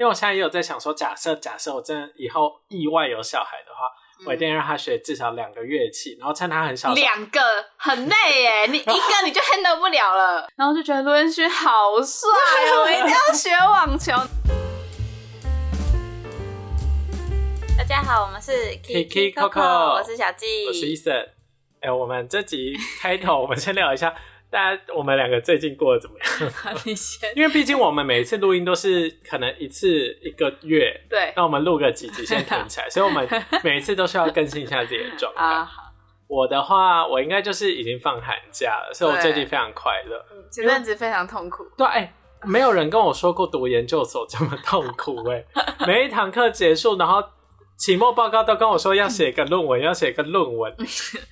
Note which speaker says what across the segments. Speaker 1: 因为我现在也有在想说，假设假设我真的以后意外有小孩的话，我一定让他学至少两个乐器，然后趁他很小的时候
Speaker 2: 嗯两个很累耶，你一个你就 handle 不了了， 然后就觉得罗恩勋好帅哦，我 一定要学网球。
Speaker 3: 大家好，我们是
Speaker 1: Kiki Coco
Speaker 3: Coco，我是小纪，
Speaker 1: 我是 Eason。哎、我们这 集开头，我们先聊一下，大家我们两个最近过得怎么样？
Speaker 2: 你先，
Speaker 1: 因为毕竟我们每一次录音都是可能一次一个月，
Speaker 2: 对
Speaker 1: 那我们录个几集 先囤起来，所以我们每一次都是要更新一下自己的状
Speaker 2: 啊，
Speaker 1: 态。
Speaker 2: 好
Speaker 1: 我的话，我应该就是已经放寒假了，所以我
Speaker 2: 对
Speaker 1: 最近非常快乐。
Speaker 2: 前阵子非常痛苦，
Speaker 1: 对，哎、没有人跟我说过读研究所这么痛苦 哎、每一堂课结束，然后期末报告都跟我说要写一个论文，要写一个论 文。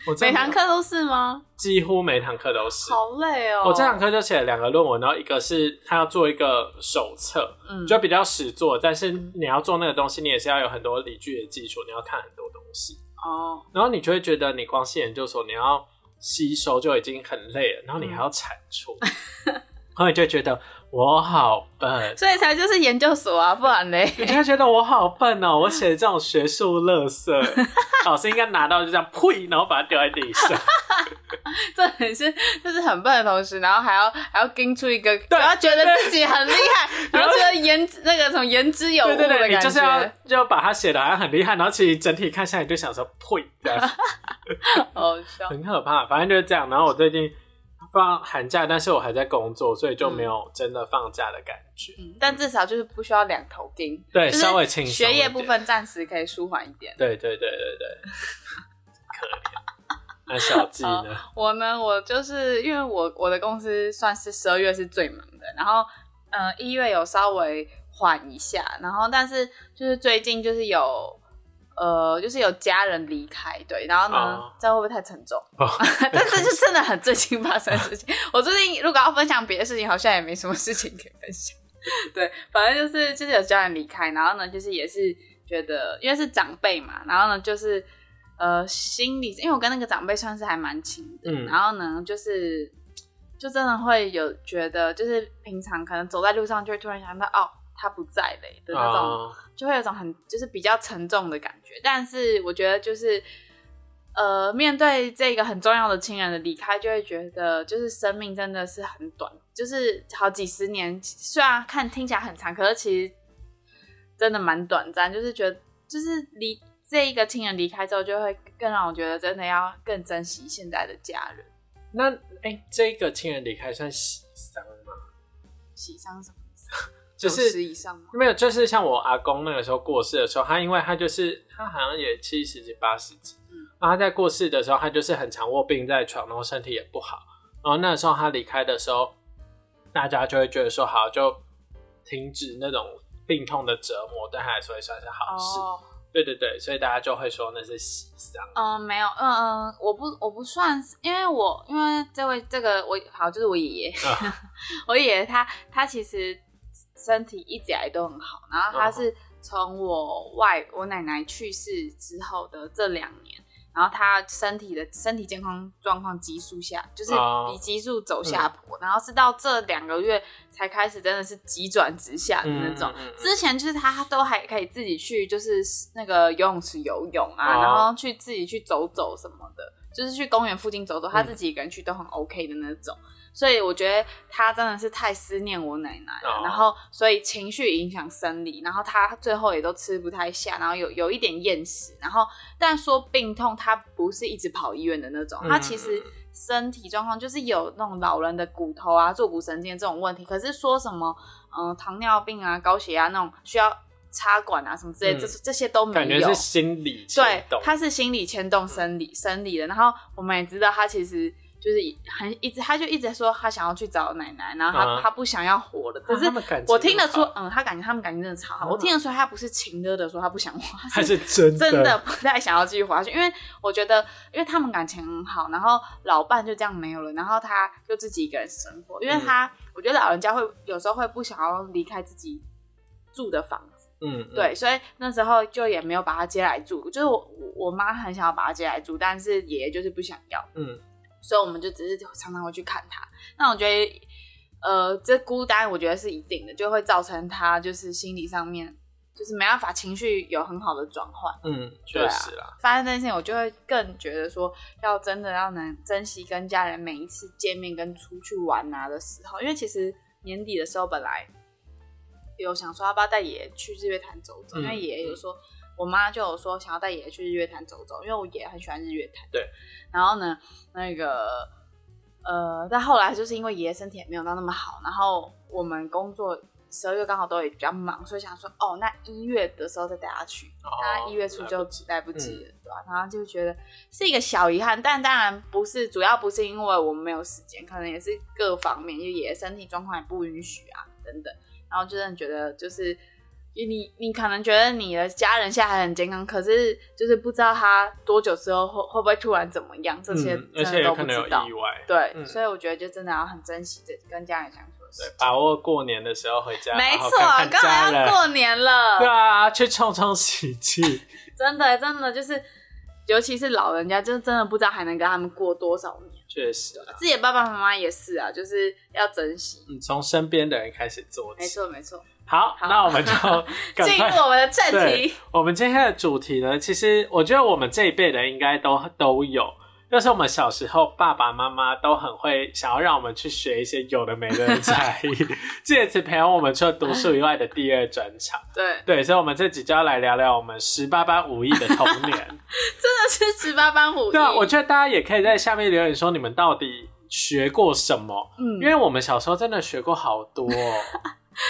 Speaker 1: 我真
Speaker 2: 每
Speaker 1: 的
Speaker 2: 堂课都是吗？
Speaker 1: 几乎每堂课都是。
Speaker 2: 好累哦，
Speaker 1: 我这堂课就写了两个论文，然后一个是他要做一个手册，
Speaker 2: 嗯
Speaker 1: 就比较实做，但是你要做那个东西，你也是要有很多理据的基础，你要看很多东西，
Speaker 2: 哦，
Speaker 1: 然后你就会觉得你光是研究所你要吸收就已经很累了，然后你还要产 出，然后你就会觉得我好笨，
Speaker 2: 所以才就是研究所啊，不然嘞，
Speaker 1: 你就会觉得我好笨哦，我写这种学术垃圾，老师应该拿到就这样呸，然后把它丢在地 上。
Speaker 2: 这很是就是很笨的同时，然后还要还要盯出一个，然后觉得自己很厉害，然后觉得言之那个什么言之有物
Speaker 1: 对
Speaker 2: 的
Speaker 1: 对
Speaker 2: 感觉，
Speaker 1: 对，你就是要要把它写的好像很厉害，然后其实整体看下来就想说呸，这样
Speaker 2: 好笑，
Speaker 1: 很可怕。反正就是这样。然后我最近放寒假，但是我还在工作，所以就没有真的放假的感觉。
Speaker 2: 嗯但至少就是不需要两头盯，
Speaker 1: 对，
Speaker 2: 就是
Speaker 1: 稍微轻松一
Speaker 2: 学
Speaker 1: 点
Speaker 2: 业部。分暂时可以舒缓一点。
Speaker 1: 对对对对对， 可怜。那小纪 呢？
Speaker 2: 我呢，我就是因为我我的公司算是十二月是最忙的，然后呃一月有稍微缓一下，然后但是就是最近就是有呃就是有家人离开，对，然后呢、
Speaker 1: 哦
Speaker 2: 这样会不会太沉重？
Speaker 1: 哦
Speaker 2: 但是就真的很最近发生的事情。我最近如果要分享别的事情，好像也没什么事情可以分享。对，反正就是就是有家人离开，然后呢，就是也是觉得因为是长辈嘛，然后呢就是呃心里，因为我跟那个长辈算是还蛮亲的，
Speaker 1: 嗯
Speaker 2: 然后呢就是就真的会有觉得，就是平常可能走在路上就会突然想到哦他不在嘞的那种。
Speaker 1: 哦
Speaker 2: 就会有种很就是比较沉重的感觉。但是我觉得就是，呃，面对这个很重要的亲人的离开，就会觉得就是生命真的是很短，就是好几十年，虽然看听起来很长，可是其实真的蛮短暂。就是觉得就是离这一个亲人离开之后，就会更让我觉得真的要更珍惜现在的家人。
Speaker 1: 那哎、这个亲人离开算喜丧吗？
Speaker 2: 喜丧什么意思？
Speaker 1: 就是
Speaker 2: 90以上吗？
Speaker 1: 没有，就是像我阿公那个时候过世的时候，他因为他就是他好像也七十几、八十几，
Speaker 2: 嗯
Speaker 1: 然后他在过世的时候，他就是很常卧病在床，然后身体也不好。然后那时候他离开的时候，大家就会觉得说，好就停止那种病痛的折磨，对他来说也算是好事。
Speaker 2: 哦，
Speaker 1: 对对对，所以大家就会说那是啊喜丧。
Speaker 2: 嗯，没有，嗯嗯，我不我不算是，因为我因为这位这个我好就是我爷爷，
Speaker 1: 啊
Speaker 2: 我爷爷他他其实身体一直以来都很好，然后
Speaker 1: 哦
Speaker 2: 他是从我外我奶奶去世之后的这两年，然后他身体的身体健康状况急速下，就是
Speaker 1: 哦嗯
Speaker 2: 比急速走下坡，然后是到这两个月才开始真的是急转直下的那种，
Speaker 1: 嗯嗯嗯
Speaker 2: 之前就是他都还可以自己去，就是那个游泳池游泳啊，
Speaker 1: 哦
Speaker 2: 然后去自己去走走什么的，就是去公园附近走走，
Speaker 1: 嗯
Speaker 2: 他自己一个人去都很 OK 的那种。所以我觉得他真的是太思念我奶奶了，
Speaker 1: 哦
Speaker 2: 然后所以情绪影响生理，然后他最后也都吃不太下，然后有有一点厌食，然后但说病痛，他不是一直跑医院的那种，
Speaker 1: 嗯
Speaker 2: 他其实身体状况就是有那种老人的骨头啊、坐骨神经这种问题，可是说什么嗯、呃糖尿病啊、高血压那种需要插管啊什么之类，
Speaker 1: 嗯
Speaker 2: 这这些都
Speaker 1: 感
Speaker 2: 没
Speaker 1: 觉是。
Speaker 2: 有
Speaker 1: 心理
Speaker 2: 啊嗯对
Speaker 1: 牵动，
Speaker 2: 他是心理牵动生理生理的，然后我们也知道他其实就是很一直，他就一直说他想要去找奶奶，然后他、
Speaker 1: 啊
Speaker 2: 他不想要活了，可
Speaker 1: 啊
Speaker 2: 是
Speaker 1: 他们感情
Speaker 2: 我听得
Speaker 1: 很
Speaker 2: 出
Speaker 1: 好，
Speaker 2: 嗯，他感觉他们感情真的超好，
Speaker 1: 啊
Speaker 2: 我听得出来他不是情热的说他不想活，
Speaker 1: 还是真的
Speaker 2: 真的不太想要继续活下去，因为我觉得，因为他们感情很好，然后老伴就这样没有了，然后他就自己一个人生
Speaker 1: 嗯
Speaker 2: 活，因为他、我觉得老人家会有时候会不想要离开自己住的房子，
Speaker 1: 嗯，嗯
Speaker 2: 对，所以那时候就也没有把他接来住，就是我我我妈很想要把他接来住，但是爷爷就是不想要，
Speaker 1: 嗯，
Speaker 2: 所以我们就只是常常会去看他。那我觉得呃，这孤单我觉得是一定的，就会造成他就是心理上面就是没办法情绪有很好的转换。
Speaker 1: 嗯，
Speaker 2: 对
Speaker 1: 确
Speaker 2: 啊
Speaker 1: 实啦，
Speaker 2: 发生这件事情，我就会更觉得说，要真的要能珍惜跟家人每一次见面跟出去玩啊的时候，因为其实年底的时候本来有想说要不要带爷爷去日月潭走走，
Speaker 1: 嗯
Speaker 2: 因为爷爷有说，我妈就有说想要带爷爷去日月潭走走，因为我爷爷很喜欢日月潭。
Speaker 1: 对，
Speaker 2: 然后呢，那个呃，但后来就是因为爷爷身体也没有到那么好，然后我们工作十二月刚好都也比较忙，所以想说哦，那一月的时候再带他去。他
Speaker 1: 哦嗯
Speaker 2: 一月初
Speaker 1: 来不
Speaker 2: 就
Speaker 1: 及
Speaker 2: 来不及了，对吧、然后就觉得是一个小遗憾，但当然不是，主要不是因为我们没有时间，可能也是各方面，就也身体状况也不允许啊，等等。然后就真的觉得就是。你你可能觉得你的家人现在还很健康，可是就是不知道他多久之后会会不会突然怎么样，这些
Speaker 1: 嗯，而
Speaker 2: 真
Speaker 1: 且
Speaker 2: 的
Speaker 1: 有
Speaker 2: 都
Speaker 1: 可
Speaker 2: 不
Speaker 1: 能有
Speaker 2: 知道。
Speaker 1: 意外，
Speaker 2: 对，
Speaker 1: 嗯
Speaker 2: 所以我觉得就真的要很珍惜这跟家人相处的时
Speaker 1: 对
Speaker 2: 间。，
Speaker 1: 把握过年的时候回家，
Speaker 2: 没错，
Speaker 1: 好好看看
Speaker 2: 刚
Speaker 1: 家
Speaker 2: 好
Speaker 1: 人
Speaker 2: 要过年了，
Speaker 1: 对啊，去冲冲喜气，
Speaker 2: 真的真的就是，尤其是老人家，就真的不知道还能跟他们过多少年。
Speaker 1: 确实啊，
Speaker 2: 自己的爸爸妈妈也是啊，就是要珍惜。
Speaker 1: 嗯，从身边的人开始做
Speaker 2: 没
Speaker 1: 起。
Speaker 2: 错没错，
Speaker 1: 好，
Speaker 2: 好
Speaker 1: 那我们就 赶
Speaker 2: 进
Speaker 1: 快
Speaker 2: 入我们的正
Speaker 1: 对
Speaker 2: 题。
Speaker 1: 我们今天的主题呢，其实我觉得我们这一辈人应该都都有，就是我们小时候爸爸妈妈都很会想要让我们去学一些有的没的的才艺， 借此培养我们除了读书以外的第二专长。
Speaker 2: 对，
Speaker 1: 对，所以，我们这集就要来聊聊我们十八般武艺的童年。
Speaker 2: 真的是十八般武艺。
Speaker 1: 对啊，我觉得大家也可以在下面留言说你们到底学过什么，
Speaker 2: 嗯
Speaker 1: 因，为我们小时候真的学过好多哦、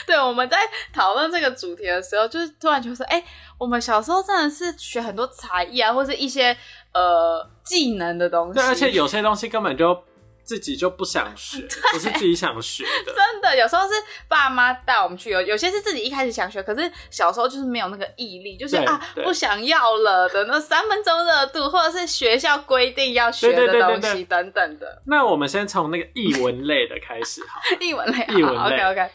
Speaker 2: 对，我们在讨论这个主题的时候，就是突然觉得说，哎、我们小时候真的是学很多才艺啊，或是一些呃技能的东西。
Speaker 1: 对，而且有些东西根本就自己就不想学，不是自己想学的。
Speaker 2: 真的，有时候是爸妈带我们去，有有些是自己一开始想学，可是小时候就是没有那个毅力，就是
Speaker 1: 对
Speaker 2: 啊
Speaker 1: 对
Speaker 2: 不想要了的那三分钟热度，或者是学校规定要学
Speaker 1: 对对对
Speaker 2: 的
Speaker 1: 对
Speaker 2: 东
Speaker 1: 对
Speaker 2: 西等等的。
Speaker 1: 那我们先从那个译文类的开始好。
Speaker 2: 译文类，啊
Speaker 1: 译文类
Speaker 2: o k OK，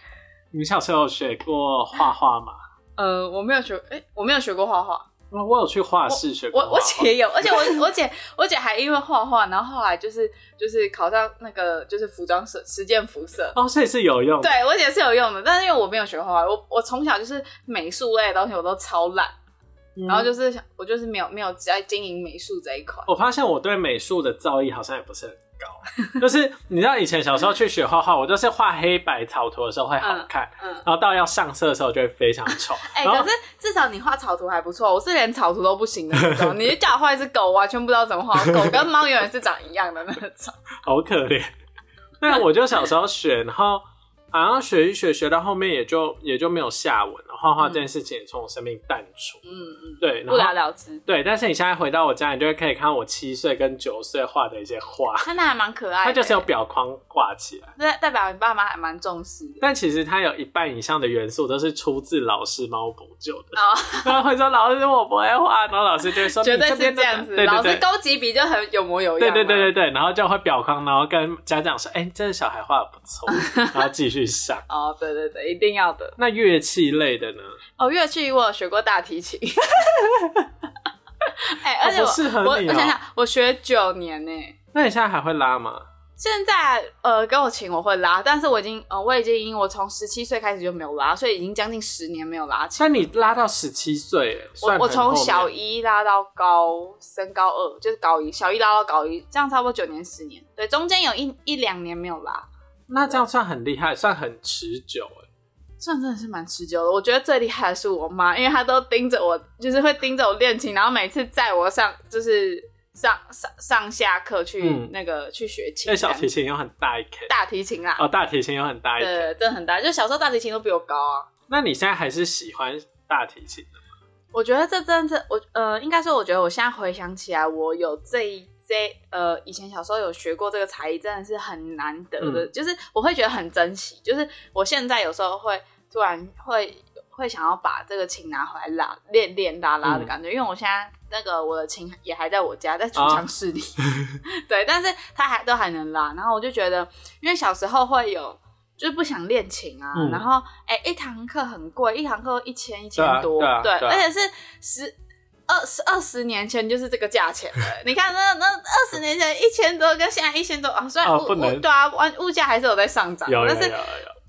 Speaker 1: 你们小时候有学过画画吗？
Speaker 2: 呃，我没有学，哎、我没有学过画画，
Speaker 1: 我我有去画室学过
Speaker 2: 我
Speaker 1: 画画
Speaker 2: 我姐有，而且我我姐我姐还因为画画，然后后来就是就是考上那个就是服装社实践服社，
Speaker 1: 哦，所以是有用的。
Speaker 2: 对我姐是有用的，但是因为我没有学画画，我我从小就是美术类的东西我都超烂。
Speaker 1: 嗯
Speaker 2: 然后就是想我就是没有没有在经营美术这一块，
Speaker 1: 我发现我对美术的造诣好像也不是很高，就是你知道以前小时候去学画画，我就是画黑白草图的时候会好看，
Speaker 2: 嗯嗯
Speaker 1: 然后到要上色的时候就会非常丑。
Speaker 2: 哎、
Speaker 1: 然后
Speaker 2: 可是至少你画草图还不错，我是连草图都不行的那 种。你就叫我画一只狗，我完全不知道怎么画。狗跟猫永远是长一样的那种。
Speaker 1: 好可怜。那我就小时候学，然后好像学一学，学到后面也就也就没有下文了。画画这件事情也从我生命淡出。
Speaker 2: 嗯
Speaker 1: 对，
Speaker 2: 嗯，
Speaker 1: 然
Speaker 2: 不了
Speaker 1: 后
Speaker 2: 了之。
Speaker 1: 对，但是你现在回到我家，你就会可以看到我七岁跟九岁画的一些画，
Speaker 2: 他那还蛮可爱的，
Speaker 1: 它就是有表框挂起来。
Speaker 2: 代代表你爸妈还蛮重视的。
Speaker 1: 但其实它有一半以上的元素都是出自老师帮我补救的，
Speaker 2: 哦，
Speaker 1: 然后会说老师我不会画，然后老师就会说
Speaker 2: 绝对
Speaker 1: 你
Speaker 2: 是
Speaker 1: 边
Speaker 2: 这样子。
Speaker 1: 对对
Speaker 2: 老
Speaker 1: 对
Speaker 2: 师勾几笔就很有模有样
Speaker 1: 对
Speaker 2: 嘛。
Speaker 1: 对对对对，然后就会表框，然后跟家长说，哎、这个小孩画的不错， 然后继续上。
Speaker 2: 哦，对对对，一定要的。
Speaker 1: 那乐器类的呢？
Speaker 2: 哦，乐器我有学过大提 琴。哎、而且
Speaker 1: 哦
Speaker 2: 我、
Speaker 1: 不适合
Speaker 2: 我
Speaker 1: 你
Speaker 2: 我
Speaker 1: 哦
Speaker 2: 想想，我学九年呢、
Speaker 1: 那你现在还会拉吗？
Speaker 2: 现在呃，跟我琴我会拉，但是我已经呃，我已经我从十七岁开始就没有拉，所以已经将近十年没有拉琴。
Speaker 1: 像你拉到十七岁，哎
Speaker 2: 我
Speaker 1: 算
Speaker 2: 我
Speaker 1: 很
Speaker 2: 从
Speaker 1: 后面
Speaker 2: 小一拉到高升高二，就是高一，小一拉到高一，这样差不多九年十年。对，中间有一一两年没有拉，
Speaker 1: 那这样算很厉害，算很持久哎。
Speaker 2: 算真的是蛮持久的。我觉得最厉害的是我妈，因为她都盯着我，就是会盯着我练琴，然后每次载我上就是上上上下课去、
Speaker 1: 嗯
Speaker 2: 那个去学琴
Speaker 1: 因为，小
Speaker 2: 这样
Speaker 1: 提琴有很大一 K，
Speaker 2: 大提琴啦。
Speaker 1: 哦，大提琴有很大一 K。
Speaker 2: 对，真的很大，就小时候大提琴都比我高啊。
Speaker 1: 那你现在还是喜欢大提琴的？
Speaker 2: 我觉得这真的是我呃，应该说，我觉得我现在回想起来，我有这一这呃，以前小时候有学过这个才艺，真的是很难得的，
Speaker 1: 嗯
Speaker 2: 就是我会觉得很珍惜。就是我现在有时候会突然会会想要把这个琴拿回来拉练练拉拉
Speaker 1: 嗯
Speaker 2: 的感觉，因为我现在那个我的琴也还在我家，在储
Speaker 1: 啊
Speaker 2: 藏室 里，对，但是它还都还能拉。然后我就觉得，因为小时候会有。就是不想练琴啊，
Speaker 1: 嗯
Speaker 2: 然后哎、一堂课很贵，一堂课一千一
Speaker 1: 对啊
Speaker 2: 千多，
Speaker 1: 对啊对啊
Speaker 2: 而且是十二十二十年前就是这个价钱了。你看那那二十年前一千多跟现在一千多啊，虽然
Speaker 1: 哦
Speaker 2: 物、
Speaker 1: 不能
Speaker 2: 物对啊，物物价还是有在上涨，
Speaker 1: 有有有
Speaker 2: 但是
Speaker 1: 有有。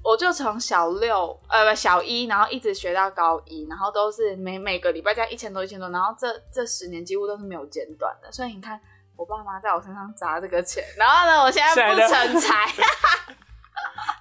Speaker 2: 我就从小六呃不小一，然后一直学到高一，然后都是每每个礼拜这样一千多一千多，然后这这十年几乎都是没有间断的。所以你看，我爸妈在我身上砸这个钱，然后呢，我现在不
Speaker 1: 现在
Speaker 2: 成才，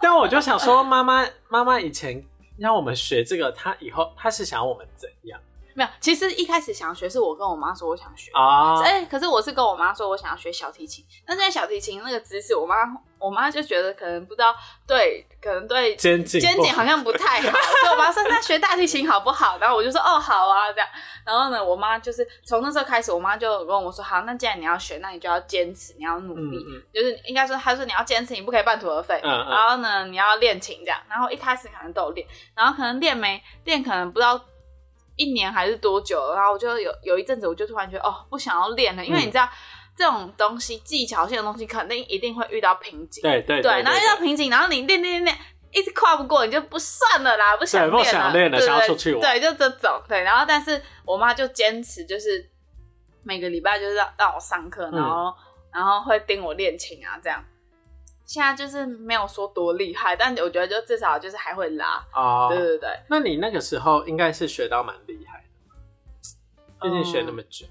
Speaker 1: 但我就想说，妈妈妈妈以前让我们学这个，她以后她是想要我们怎样
Speaker 2: 没有。其实一开始想学，是我跟我妈说我想学，
Speaker 1: 啊？
Speaker 2: 哎、可是我是跟我妈说我想要学小提琴，但是小提琴那个姿势，我妈我妈就觉得可能不知道对，可能对
Speaker 1: 肩颈
Speaker 2: 肩
Speaker 1: 不
Speaker 2: 颈好像不太好，所以我妈说那学大提琴好不好？然后我就说哦好啊这样。然后呢，我妈就是从那时候开始，我妈就有跟我说好，那既然你要学，那你就要坚持，你要努
Speaker 1: 嗯
Speaker 2: 力，
Speaker 1: 嗯
Speaker 2: 就是应该说她说你要坚持，你不可以半途而废。
Speaker 1: 嗯嗯
Speaker 2: 然后呢，你要练琴这样，然后一开始可能都有练，然后可能练没练，可能不知道一年还是多久，然后我就有有一阵子，我就突然觉得哦，不想要练了，因为
Speaker 1: 嗯
Speaker 2: 你知道、这种东西技巧性的东西，肯定一定会遇到瓶颈，
Speaker 1: 对对
Speaker 2: 然后遇到瓶颈，然后你练练练练，一直跨不过，你就不算了啦，不想练
Speaker 1: 不
Speaker 2: 了，
Speaker 1: 想练了
Speaker 2: 对对
Speaker 1: 想要出去玩
Speaker 2: 对，就这种对。然后但是我妈就坚持，就是每个礼拜就是让让我上课，
Speaker 1: 嗯
Speaker 2: 然后、然后会盯我练琴啊这样。现在就是没有说多厉害，但我觉得就至少就是还会拉，
Speaker 1: 啊
Speaker 2: 对对对。
Speaker 1: 那你那个时候应该是学到蛮厉害的，毕竟学那么久，
Speaker 2: 哦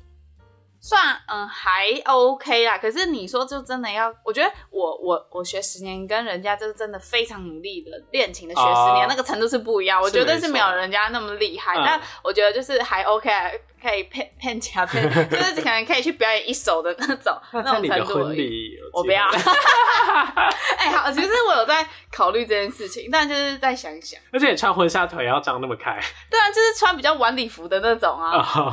Speaker 2: 算嗯还 OK 啦，可是你说就真的要，我觉得我我我学十年跟人家就是真的非常努力的练琴的学十
Speaker 1: 啊
Speaker 2: 年、那个程度是不一样，我
Speaker 1: 是
Speaker 2: 觉得
Speaker 1: 没
Speaker 2: 是
Speaker 1: 错
Speaker 2: 没有人家那么厉害，
Speaker 1: 嗯
Speaker 2: 但我觉得就是还 OK，啊可以骗骗家骗， 就是可能可以去表演一首的那种
Speaker 1: 那
Speaker 2: 那
Speaker 1: 在
Speaker 2: 种
Speaker 1: 你的
Speaker 2: 程度
Speaker 1: 婚
Speaker 2: 而已。
Speaker 1: 礼有机会，
Speaker 2: 我不要，哎、好，其实我有在考虑这件事情，但就是再想一想，
Speaker 1: 而且你穿婚纱腿要张那么开
Speaker 2: 对啊，就是穿比较晚礼服的那种啊，
Speaker 1: 啊！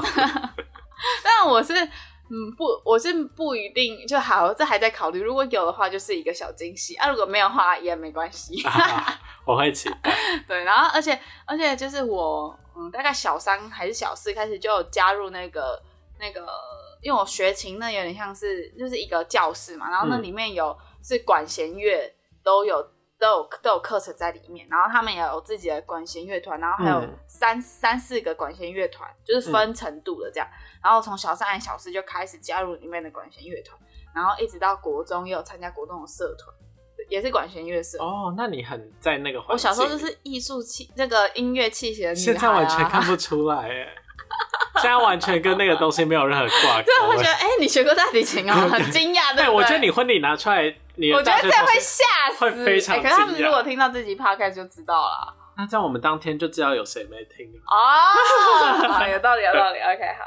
Speaker 2: 但我是，嗯，不，我是不一定就好，这还在考虑。如果有的话，就是一个小惊喜啊；如果没有的话，也没关系。
Speaker 1: 我会 期待
Speaker 2: 对，然后而且而且就是我，嗯，大概小三还是小四开始就有加入那个那个，因为我学琴那有点像是就是一个教室嘛，然后那
Speaker 1: 嗯
Speaker 2: 里面有、是管弦乐都有都有都有课程在里面，然后他们也有自己的管弦乐团，然后还有
Speaker 1: 嗯
Speaker 2: 三、三四个管弦乐团，就是分程度的这样。然后从小三还是小四就开始加入里面的管弦乐团，然后一直到国中也有参加国中的社团，也是管弦乐社。
Speaker 1: 哦。那你很在那个环境，
Speaker 2: 我小时候就是艺术气那个音乐气息的女孩、啊，
Speaker 1: 现在完全看不出来哎，现在完全跟那个东西没有任何挂钩。
Speaker 2: 对，我会觉得哎、你学过大提 琴哦，
Speaker 1: 对
Speaker 2: 很惊讶，对不对？
Speaker 1: 我觉得你婚礼拿出来，你的
Speaker 2: 我觉
Speaker 1: 大学
Speaker 2: 得这
Speaker 1: 同学
Speaker 2: 会吓死，
Speaker 1: 会非常
Speaker 2: 哎可是他们
Speaker 1: 惊讶
Speaker 2: 如果听到自己 podcast 就知道了
Speaker 1: 那这样我们当天就知道有谁没听了。
Speaker 2: 哦，好有道理，有道理。OK，好，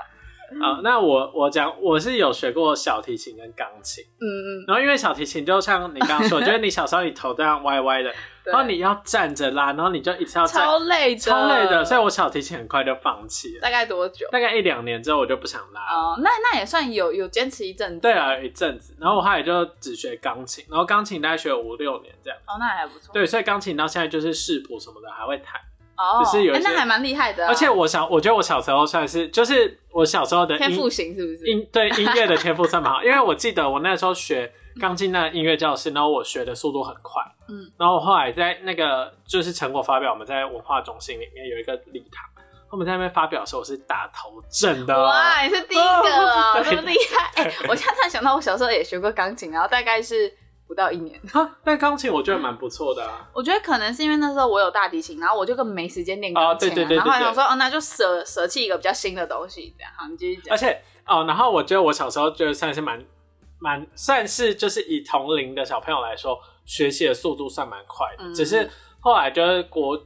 Speaker 1: 啊、那我我讲我是有学过小提琴跟钢琴，
Speaker 2: 嗯嗯，
Speaker 1: 然后因为小提琴就像你刚刚说，就是你小时候你头这样歪歪的，
Speaker 2: 对
Speaker 1: 然后你要站着拉，然后你就一直要站，
Speaker 2: 超累的，
Speaker 1: 超累的，所以我小提琴很快就放弃了，
Speaker 2: 大概多久？
Speaker 1: 大概一两年之后我就不想拉。了。
Speaker 2: 哦，那那也算有有坚持一阵子，
Speaker 1: 对，啊，一阵子，然后我后来就只学钢琴，然后钢琴大概学了五六年这样。
Speaker 2: 哦，那还不错，
Speaker 1: 对，所以钢琴到现在就是视谱什么的还会弹，
Speaker 2: 哦，
Speaker 1: 只是有一
Speaker 2: 哎
Speaker 1: 些
Speaker 2: 那还蛮厉害的啊，
Speaker 1: 而且我小，我觉得我小时候算是，就是我小时候的
Speaker 2: 天
Speaker 1: 音
Speaker 2: 赋型是不是？
Speaker 1: 音对音乐的天赋算蛮 好，因为我记得我那时候学刚进那个音乐教室，然后我学的速度很快，
Speaker 2: 嗯，
Speaker 1: 然后后来在那个就是成果发表，我们在文化中心里面有一个礼堂，我们在那边发表的时候我是打头阵的，啊
Speaker 2: 哇，你是第一个啊，
Speaker 1: 哦
Speaker 2: 这么厉害！哎，我现在突然想到，我小时候也学过钢琴，然后大概是不到一年。
Speaker 1: 啊，但钢琴我觉得蛮不错的啊，
Speaker 2: 我觉得可能是因为那时候我有大提琴，然后我就更没时间练钢琴、啊
Speaker 1: 哦对对对对
Speaker 2: 然后想说，哦，那就舍舍弃一个比较新的东西，这样。好，你继续
Speaker 1: 而
Speaker 2: 讲。
Speaker 1: 且哦，然后我觉得我小时候觉得算是蛮蛮算是就是以同龄的小朋友来说，学习的速度算蛮快的，
Speaker 2: 嗯
Speaker 1: 只是后来就是国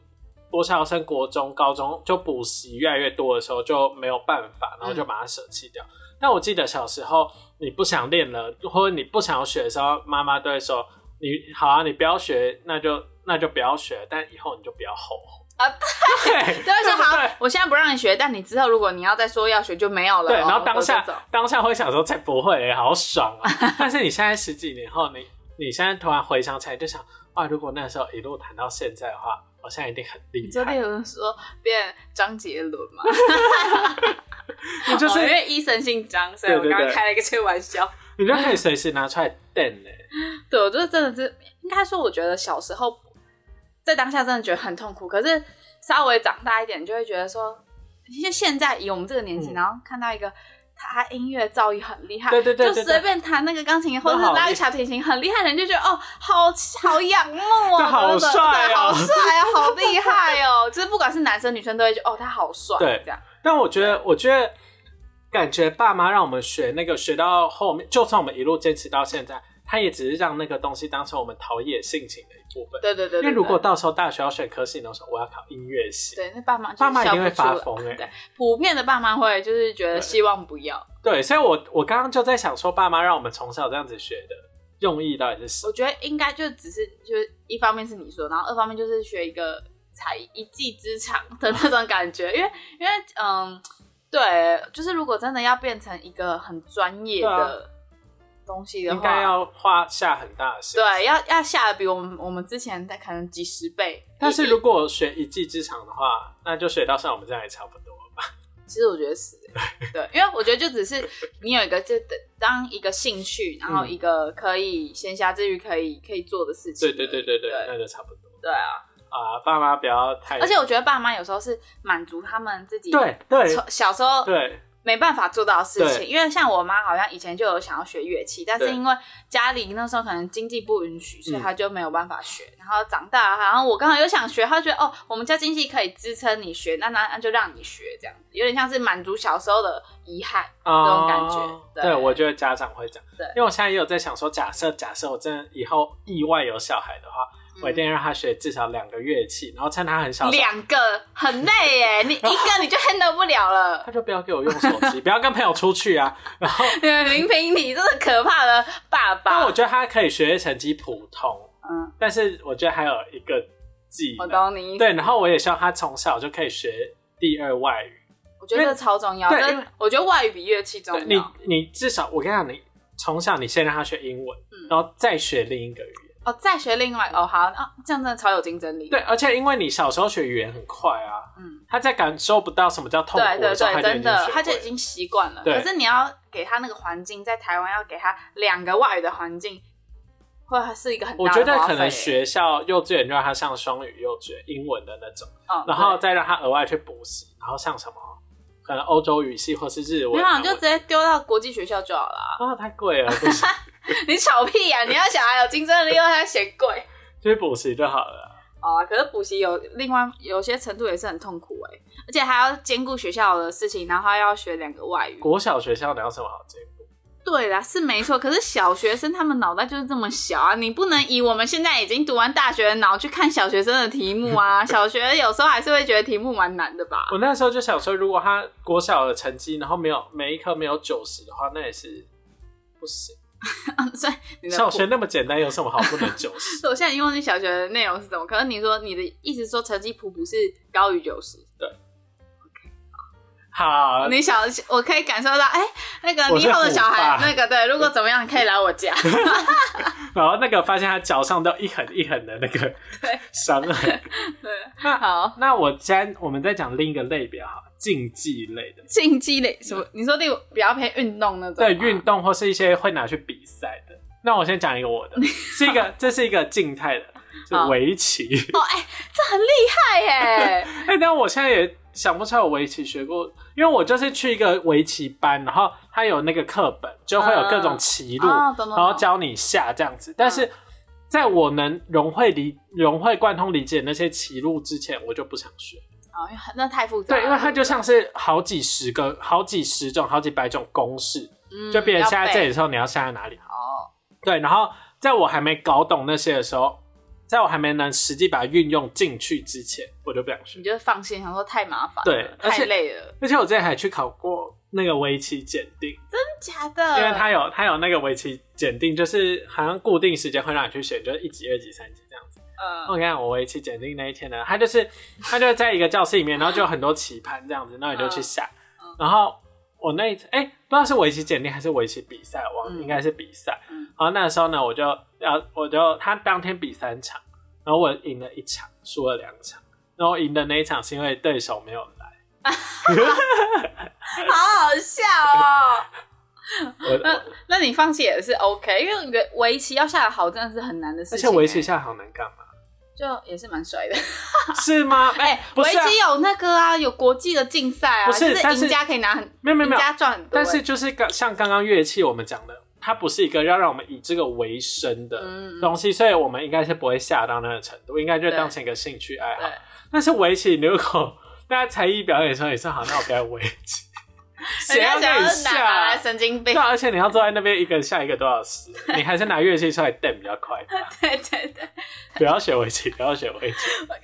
Speaker 1: 国小升国中、高中就补习越来越多的时候就没有办
Speaker 2: 嗯
Speaker 1: 法，然后就把它舍弃掉。但我记得小时候你不想练了，或者你不想要学的时候，妈妈都会说：“你好啊，你不要学，那就那就不要学，但以后你就不要后悔。”
Speaker 2: 啊
Speaker 1: 对，
Speaker 2: 对，
Speaker 1: 对
Speaker 2: 说
Speaker 1: 不对
Speaker 2: 好，我现在不让你学，但你之后如果你要再说要学，就没有了哦。
Speaker 1: 对，然后当
Speaker 2: 我
Speaker 1: 下
Speaker 2: 就走
Speaker 1: 当下会想说才不会、欸，好爽啊！ 但是你现在十几年后，你你现在突然回想起来，就想哇，如果那时候一路谈到现在的话，我现在一定很厉
Speaker 2: 你昨天
Speaker 1: 害。
Speaker 2: 有人说变张杰伦 嘛？
Speaker 1: 你就
Speaker 2: 哦因
Speaker 1: 是
Speaker 2: 为医生姓张，所以我
Speaker 1: 对对
Speaker 2: 刚刚
Speaker 1: 对
Speaker 2: 开了一个这个玩笑。
Speaker 1: 你就可以随时拿 出来瞪哎、
Speaker 2: 对，我就是真的是，应该说，我觉得小时候在当下真的觉得很痛苦，可是稍微长大一点，就会觉得说，就现在以我们这个年纪，
Speaker 1: 嗯
Speaker 2: 然后看到一个他音乐造诣很厉害，
Speaker 1: 对对对对
Speaker 2: 就
Speaker 1: 对
Speaker 2: 随便弹那个钢琴或者是
Speaker 1: 好
Speaker 2: 拉
Speaker 1: 厉
Speaker 2: 个小提琴很厉害的人，就觉得哦，好好仰慕 哦，
Speaker 1: 就好帅哦
Speaker 2: 对好帅哦，好厉害哦，就是不管是男生女生都会觉得哦，他好帅，
Speaker 1: 对
Speaker 2: 这样，
Speaker 1: 但我觉得，我觉得感觉爸妈让我们学那个，学到后面，就算我们一路坚持到现在，他也只是让那个东西当成我们陶冶性情的一部分。
Speaker 2: 对对对对
Speaker 1: 因为如果
Speaker 2: 对
Speaker 1: 到时候大学要选科系的时候，我要考音乐系，
Speaker 2: 对，那爸妈就是
Speaker 1: 爸妈一定
Speaker 2: 笑
Speaker 1: 会
Speaker 2: 不出
Speaker 1: 发
Speaker 2: 来
Speaker 1: 疯哎、
Speaker 2: 对，普遍的爸妈会就是觉得
Speaker 1: 对
Speaker 2: 希望不要。
Speaker 1: 对，所以我我刚刚就在想说，爸妈让我们从小这样子学的用意到底是什
Speaker 2: 我
Speaker 1: 么？
Speaker 2: 觉得应该就只是就是一方面是你说，然后二方面就是学一个才一技之长的那种感觉，因为因为嗯，对，就是如果真的要变成一个很专业
Speaker 1: 对啊
Speaker 2: 的东西的
Speaker 1: 应
Speaker 2: 话，
Speaker 1: 该要花下很大的心思。
Speaker 2: 对要要下的比我们我们之前的可能几十倍。
Speaker 1: 但是如果学一技之长的话，那就学到像我们这样也差不多吧。
Speaker 2: 其实我觉得是欸，对，因为我觉得就只是你有一个就当一个兴趣，然后
Speaker 1: 嗯
Speaker 2: 一个可以闲暇之余可以可以做的事情而
Speaker 1: 对
Speaker 2: 已。
Speaker 1: 对对对对，
Speaker 2: 对
Speaker 1: 那就差不多
Speaker 2: 对啊！
Speaker 1: 啊。爸妈不要太，
Speaker 2: 而且我觉得爸妈有时候是满足他们自己
Speaker 1: 对对
Speaker 2: 从小时候
Speaker 1: 对
Speaker 2: 没办法做到的事情，
Speaker 1: 对
Speaker 2: 因为像我妈好像以前就有想要学乐器，但是
Speaker 1: 对嗯
Speaker 2: 因为家里那时候可能经济不允许，所以她就没有办法学。然后长大，然后我刚好又想学，她觉得哦，我们家经济可以支撑你学，那那那就让你学这样子，有点像是满足小时候的遗憾。
Speaker 1: 啊，
Speaker 2: 种感觉对
Speaker 1: 对，我觉得家长会这样。
Speaker 2: 对
Speaker 1: 因为我现在也有在想说，假设假设我真的以后意外有小孩的话，我一定让他学至少两个乐器，然后趁他很小的时候，
Speaker 2: 嗯两个很累 耶，你一个你就 handle 不了了
Speaker 1: 他。就不要给我用手 机，不要跟朋友出去啊。然后，
Speaker 2: 林平，你真是可怕的爸
Speaker 1: 但
Speaker 2: 爸
Speaker 1: 我。觉得他可以学业成绩普通，
Speaker 2: 嗯，
Speaker 1: 但是我觉得还有一个技
Speaker 2: 我
Speaker 1: 能，
Speaker 2: 懂你意思。
Speaker 1: 对，然后我也希望他从小就可以学第二外语。
Speaker 2: 我觉得这超重要。
Speaker 1: 对
Speaker 2: 这
Speaker 1: 因为
Speaker 2: 我觉得外语比乐器重
Speaker 1: 对
Speaker 2: 要。
Speaker 1: 你你至少我跟你讲，你从小你先让他学英文，
Speaker 2: 嗯
Speaker 1: 然后再学另一个语言。
Speaker 2: 哦，再学另外哦，好啊，这样真的超有竞争力。
Speaker 1: 对，，而且因为你小时候学语言很快啊，
Speaker 2: 嗯，
Speaker 1: 他在感受不到什么叫痛
Speaker 2: 对
Speaker 1: 苦
Speaker 2: 对
Speaker 1: 时候，
Speaker 2: 对，真的，
Speaker 1: 他
Speaker 2: 他就已经习惯了。
Speaker 1: 对
Speaker 2: 可是你要给他那个环境，在台湾要给他两个外语的环境，会是一个很
Speaker 1: 我
Speaker 2: 大
Speaker 1: 觉
Speaker 2: 的欸
Speaker 1: 得
Speaker 2: 花
Speaker 1: 可能
Speaker 2: 费
Speaker 1: 学校幼稚园就让他上双语幼稚园英文的那种，
Speaker 2: 嗯
Speaker 1: 然后
Speaker 2: 对
Speaker 1: 再让他额外去补习，然后上什么可能欧洲语系或是日文。啊
Speaker 2: 没有，啊你就
Speaker 1: 韩
Speaker 2: 直
Speaker 1: 文
Speaker 2: 接丢到国际学校就好 了啊。
Speaker 1: 啊，太贵了，不 行，
Speaker 2: 你吵屁啊呀、你要小孩有竞争力，又还嫌贵。
Speaker 1: 就去补习就好了。
Speaker 2: 好啊，可是补习有另外有些程度也是很痛苦哎、而且还要兼顾学校的事情，然后还要学两个外语。
Speaker 1: 国小学校哪有什么好进步？
Speaker 2: 对啦，是没错。可是小学生他们脑袋就是这么小啊，你不能以我们现在已经读完大学的脑去看小学生的题目 啊。小学有时候还是会觉得题目蛮难的吧？
Speaker 1: 我那时候就想说，如果他国小的成绩，然后没有每一科没有九十的话，那也是不行。
Speaker 2: 所以你的
Speaker 1: 小学那么简单，有什么好不能九十？
Speaker 2: 我现在已经忘记小学的内容是什么。可是你说你的意思说成绩普普是高于九十，
Speaker 1: 好，
Speaker 2: 你小我可以感受到，哎、那个
Speaker 1: 啊我
Speaker 2: 你
Speaker 1: 是
Speaker 2: 以后的小孩
Speaker 1: 虎，爸
Speaker 2: 那个对，如果怎么样你可以来我 家。
Speaker 1: 然后那个发现他脚上都一痕一痕的那个
Speaker 2: 对
Speaker 1: 伤痕。
Speaker 2: 对，好，
Speaker 1: 那我先我们再讲另一个类别哈，竞技类的，
Speaker 2: 竞技类什么？你说那个比较偏运动那种？
Speaker 1: 对运。动或是一些会拿去比赛的。那我先讲一个我 的，是一个这是一个静态的，是
Speaker 2: 好
Speaker 1: 围棋。
Speaker 2: 哦，哎、这很厉害耶、
Speaker 1: 哎、但我现在也想不出来我围棋学过，因为我就是去一个围棋班，然后他有那个课本，就会有各种棋路，
Speaker 2: 嗯哦嗯懂懂懂
Speaker 1: 然后教你下这样子。但是在我能融会理、融会贯通理解那些棋路之前，我就不想学。
Speaker 2: 哦，因为那太复杂了。
Speaker 1: 对，因为它就像是好几十个、好几十种、好几百种公式，
Speaker 2: 嗯
Speaker 1: 就别人
Speaker 2: 要
Speaker 1: 下在这
Speaker 2: 背
Speaker 1: 里的时候，你要下在哪里？
Speaker 2: 哦，
Speaker 1: 对，然后在我还没搞懂那些的时候，在我还没能实际把它运用进去之前，我就不想学
Speaker 2: 你。就放心，想说太麻烦了，
Speaker 1: 对而且
Speaker 2: 太累了，
Speaker 1: 而且我之前还去考过那个围棋检定，
Speaker 2: 真假的？
Speaker 1: 因为它有它有那个围棋检定，就是好像固定时间会让你去选，就是一级、二级、三级这样子。哦我
Speaker 2: 嗯
Speaker 1: 跟你讲，我围棋检定那一天呢，它就是它就在一个教室里面，然后就有很多棋盘这样子，然后你就去下
Speaker 2: 嗯嗯。
Speaker 1: 然后我那一次，哎、不知道是围棋检定还是围棋比赛，我
Speaker 2: 嗯
Speaker 1: 应该是比赛。
Speaker 2: 嗯
Speaker 1: 然后那时候呢，我就要我就他当天比三场，然后我赢了一场，输了两场。然后我赢的那一场是因为对手没有来，
Speaker 2: 好好笑哦。
Speaker 1: 我我
Speaker 2: 那你放弃也是 OK，因为我觉得围棋要下得好真的是很难的事
Speaker 1: 而
Speaker 2: 情欸。
Speaker 1: 且围棋下好难干嘛？
Speaker 2: 就也是蛮帅的。
Speaker 1: 是吗？哎、
Speaker 2: 哎，
Speaker 1: 不
Speaker 2: 围
Speaker 1: 是、啊，
Speaker 2: 棋有那个啊，有国际的竞赛啊，
Speaker 1: 不是
Speaker 2: 就
Speaker 1: 但
Speaker 2: 是
Speaker 1: 是
Speaker 2: 赢家可以拿很，
Speaker 1: 没有没有没有，
Speaker 2: 赢家赚很多。
Speaker 1: 但是就是刚像刚刚乐器我们讲的，它不是一个要让我们以这个为生的
Speaker 2: 嗯，嗯
Speaker 1: 东西，所以我们应该是不会下到那个程度，应该就当成一个兴趣爱好
Speaker 2: 对。
Speaker 1: 但是围棋，如果大家才艺表演的时候，你说好，那我不要围棋， 谁
Speaker 2: 欸人家
Speaker 1: 要跟你
Speaker 2: 想要拿
Speaker 1: 下啊
Speaker 2: 来？神经病
Speaker 1: 对，。而且你要坐在那边一个人下一个多小时，你还是拿乐器出来瞪比较快 吧。
Speaker 2: 对对对，
Speaker 1: 不要学围棋，不要学 围棋，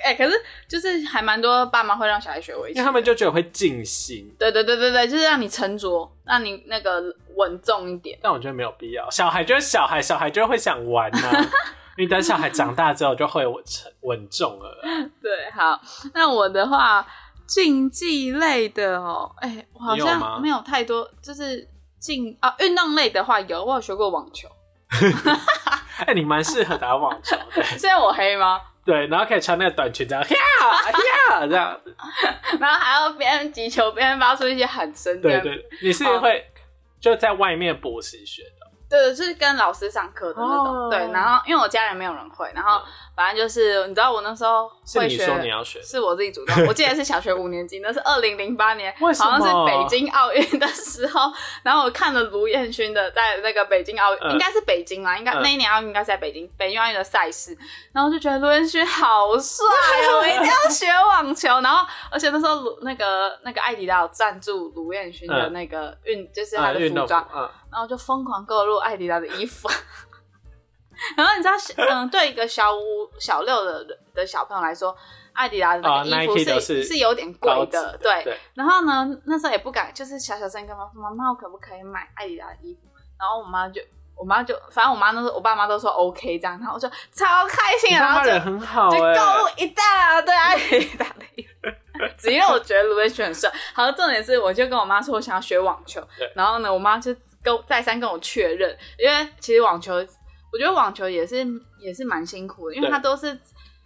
Speaker 2: 哎、可是就是还蛮多爸妈会让小孩学围
Speaker 1: 因
Speaker 2: 棋
Speaker 1: 为，他们就觉得会静心。
Speaker 2: 对对对对对，就是让你沉着，让你那个稳重一点。
Speaker 1: 但我觉得没有必要。小孩就是小孩，小孩就会想玩呐、 你等小孩长大之后就会稳稳重了。
Speaker 2: 对，好，那我的话，竞技类的哦，哎、我好
Speaker 1: 你有吗
Speaker 2: 像没有太多，就是竞啊运动类的话有，我有学过网球，
Speaker 1: 哎、你蛮适合打网球的，
Speaker 2: 虽然我黑吗？
Speaker 1: 对，然后可以穿那个短裙这样，呀呀这样，
Speaker 2: 然后还要边击球边发出一些喊声，这
Speaker 1: 对
Speaker 2: 样
Speaker 1: 对，你
Speaker 2: 哦
Speaker 1: 是会就在外面补习学的，
Speaker 2: 对，就是跟老师上课的那种。
Speaker 1: 哦
Speaker 2: 对，然后因为我家人没有人会，然后反正就是你知道我那时候
Speaker 1: 嗯是
Speaker 2: 会
Speaker 1: 你
Speaker 2: 学，
Speaker 1: 说你要学的，
Speaker 2: 是我自己主动。我记得是小学五年级，那是二零零八年，
Speaker 1: 为
Speaker 2: 好
Speaker 1: 什么
Speaker 2: 像是北京奥运的时候，然后我看了卢彦勋的在那个北京奥运，
Speaker 1: 嗯
Speaker 2: 应该是北京啦，应该、
Speaker 1: 嗯
Speaker 2: 那一年奥运应该是在北京，北京奥运的赛事，然后就觉得卢彦勋好帅哦，我一定要学网球。然后而且那时候卢那个那个艾迪达有赞助卢彦勋的
Speaker 1: 嗯
Speaker 2: 那个运，就是他
Speaker 1: 啊，
Speaker 2: 的
Speaker 1: 运
Speaker 2: 服
Speaker 1: 动服，
Speaker 2: 装，
Speaker 1: 嗯，
Speaker 2: 然后就疯狂购入艾迪达的衣服。 然后你知道， 嗯，对一个小五、小六的人的小朋友来说，艾迪达的那
Speaker 1: 啊
Speaker 2: 个衣服
Speaker 1: ，Nike
Speaker 2: 是、
Speaker 1: 的是
Speaker 2: 是有点贵
Speaker 1: 高级
Speaker 2: 的
Speaker 1: 的，
Speaker 2: 对。
Speaker 1: 对
Speaker 2: 然后呢，那时候也不敢，就是小小声跟妈妈说：“妈妈，我可不可以买艾迪达的衣服？”然后我妈就，我妈就，反正我妈那时候，我爸妈都说 OK 这样，然后我就超开心，
Speaker 1: 你
Speaker 2: 然
Speaker 1: 爸
Speaker 2: 后
Speaker 1: 妈
Speaker 2: 就
Speaker 1: 人很好
Speaker 2: 就
Speaker 1: 哎、
Speaker 2: 购物一欸大堆艾 迪达的衣服。只因为我觉得卢彦勋很帅。好，重点是，我就跟我妈说我想要学网球
Speaker 1: 对，
Speaker 2: 然后呢，我妈就跟再三跟我确认，因为其实网球，我觉得网球也是也是蛮辛苦的，因为
Speaker 1: 对
Speaker 2: 它都是